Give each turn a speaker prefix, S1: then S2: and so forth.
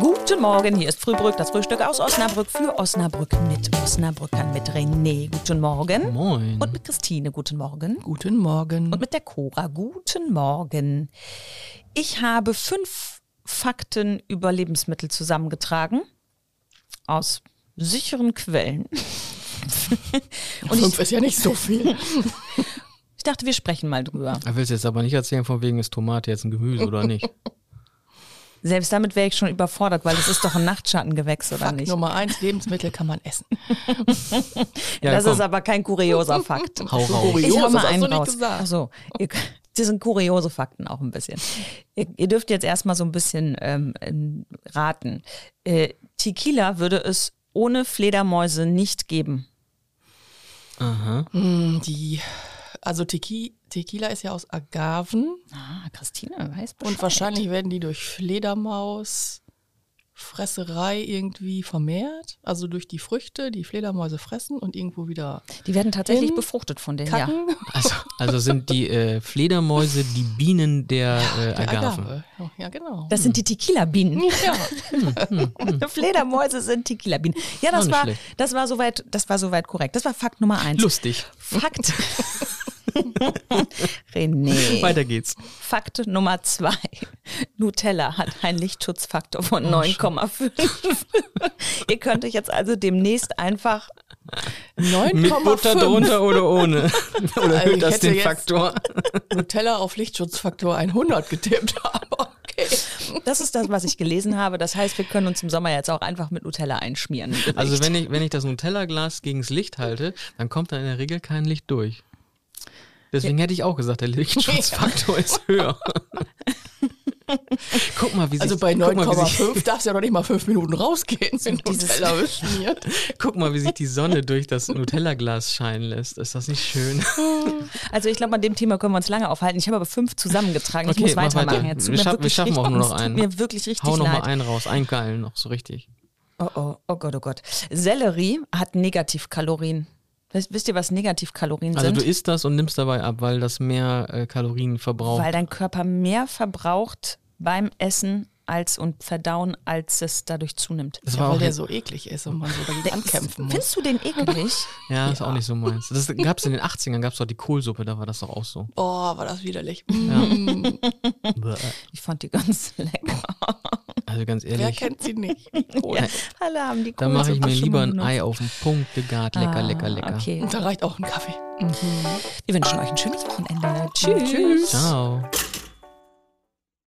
S1: Guten Morgen, hier ist Frühbrück, das Frühstück aus Osnabrück für Osnabrück mit Osnabrückern, mit René. Guten Morgen.
S2: Moin.
S1: Und mit Christine, guten Morgen.
S2: Guten Morgen.
S1: Und mit der Cora, guten Morgen. Ich habe fünf Fakten über Lebensmittel zusammengetragen. Aus sicheren Quellen. Und
S3: Fünf
S1: ich,
S3: ist ja nicht so viel.
S1: ich dachte, wir sprechen mal drüber.
S2: Er will es jetzt aber nicht erzählen, von wegen ist Tomate jetzt ein Gemüse oder nicht.
S1: Selbst damit wäre ich schon überfordert, weil es ist doch ein Nachtschattengewächs, oder nicht?
S3: Nummer eins, Lebensmittel kann man essen.
S2: Ja,
S1: das
S2: komm,
S1: ist aber kein kurioser Fakt.
S2: hau raus.
S3: Kurios.
S1: Ich hau mal
S3: hast du
S1: einen
S3: nicht
S1: raus.
S3: gesagt.
S1: Ach so. ihr, das sind kuriose Fakten auch ein bisschen. Ihr, ihr dürft jetzt erstmal so ein bisschen ähm, ähm, raten. Äh, Tequila würde es ohne Fledermäuse nicht geben.
S2: Aha.
S3: Hm, Die, also Tequi, Tequila ist ja aus Agaven
S1: Ah, Christine weiß
S3: und wahrscheinlich werden die durch Fledermaus, Fresserei irgendwie vermehrt. Also durch die Früchte, die Fledermäuse fressen und irgendwo wieder
S1: Die werden tatsächlich
S3: in-
S1: befruchtet von denen, ja.
S3: kacken.
S2: Also, also sind die äh, Fledermäuse die Bienen der äh,
S3: Der
S2: Agaven.
S3: Agave. Ja, genau.
S1: Das sind die Tequila-Bienen.
S3: ja. Hm.
S1: Fledermäuse sind Tequila-Bienen. Ja,
S2: Auch
S1: das
S2: nicht
S1: war,
S2: schlecht.
S1: das war soweit, das war soweit korrekt. Das war Fakt Nummer eins.
S2: Lustig.
S1: Fakt. René.
S2: Weiter geht's.
S1: Fakt Nummer zwei. Nutella hat einen Lichtschutzfaktor
S2: Oh,
S1: von 9,5. Ihr könnt euch jetzt also demnächst einfach,
S3: 9,5.
S2: Mit Butter drunter oder ohne? Oder
S3: Also ich
S2: erhöht das
S3: hätte
S2: den
S3: jetzt-
S2: Faktor?
S3: Nutella auf Lichtschutzfaktor 100 getippt, aber okay.
S1: das ist das, was ich gelesen habe. Das heißt, wir können uns im Sommer jetzt auch einfach mit Nutella einschmieren.
S2: Also wenn ich, wenn ich das Nutella-Glas gegens Licht halte, dann kommt da in der Regel kein Licht durch. Deswegen hätte ich auch gesagt, der Lichtschutzfaktor ist höher. guck mal, wie sich,
S3: Also bei
S2: guck mal, wie sich-
S3: 9,5 darfst du ja noch nicht mal fünf Minuten rausgehen, wenn
S1: dieses-
S3: Nutella beschmiert.
S2: Guck mal, wie sich die Sonne durch das Nutella-Glas scheinen lässt. Ist das nicht schön?
S1: Also ich glaube, an dem Thema können wir uns lange aufhalten. Ich habe aber fünf zusammengetragen.
S2: Okay,
S1: ich muss
S2: mach
S1: weitermachen.
S2: weiter.
S1: Jetzt tut mir
S2: Wir schaffen- wir
S1: wirklich
S2: schaffen auch
S1: richtig-
S2: nur noch
S1: es tut
S2: einen.
S1: Mir wirklich richtig
S2: Hau noch
S1: leid.
S2: mal einen raus, einen geilen noch, so richtig.
S1: Oh, oh, oh Gott, oh Gott. Sellerie hat Negativkalorien. Wisst, wisst ihr, was Negativkalorien
S2: Also du
S1: sind?
S2: isst das und nimmst dabei ab, weil das mehr äh, Kalorien verbraucht.
S1: Weil dein Körper mehr verbraucht beim Essen als und Verdauen, als es dadurch zunimmt.
S2: das
S3: Ja,
S2: war
S3: weil
S2: auch
S3: der
S2: nicht,
S3: so eklig ist und man so dagegen ankämpfen muss.
S1: Findest du den eklig?
S2: ja, ist auch nicht so meins. Das gab's in den 80ern, gab's doch die Kohlsuppe, da war das doch auch so.
S3: Boah, Oh, war das widerlich. Mm.
S2: Bäh.
S1: Ich fand die ganz lecker.
S2: Also ganz
S3: Wer
S2: ehrlich,
S3: kennt sie nicht? Oh,
S1: Ja, alle haben die
S2: da
S1: Kohl
S2: mache ich
S1: so
S2: mir
S1: schon
S2: lieber ein
S1: benutzt.
S2: Ei auf den Punkt gegart. Lecker,
S1: Ah,
S2: lecker, lecker.
S1: Okay.
S3: Und da reicht auch ein Kaffee.
S1: Wir wünschen euch ein schönes Wochenende. Tschüss.
S2: Ciao.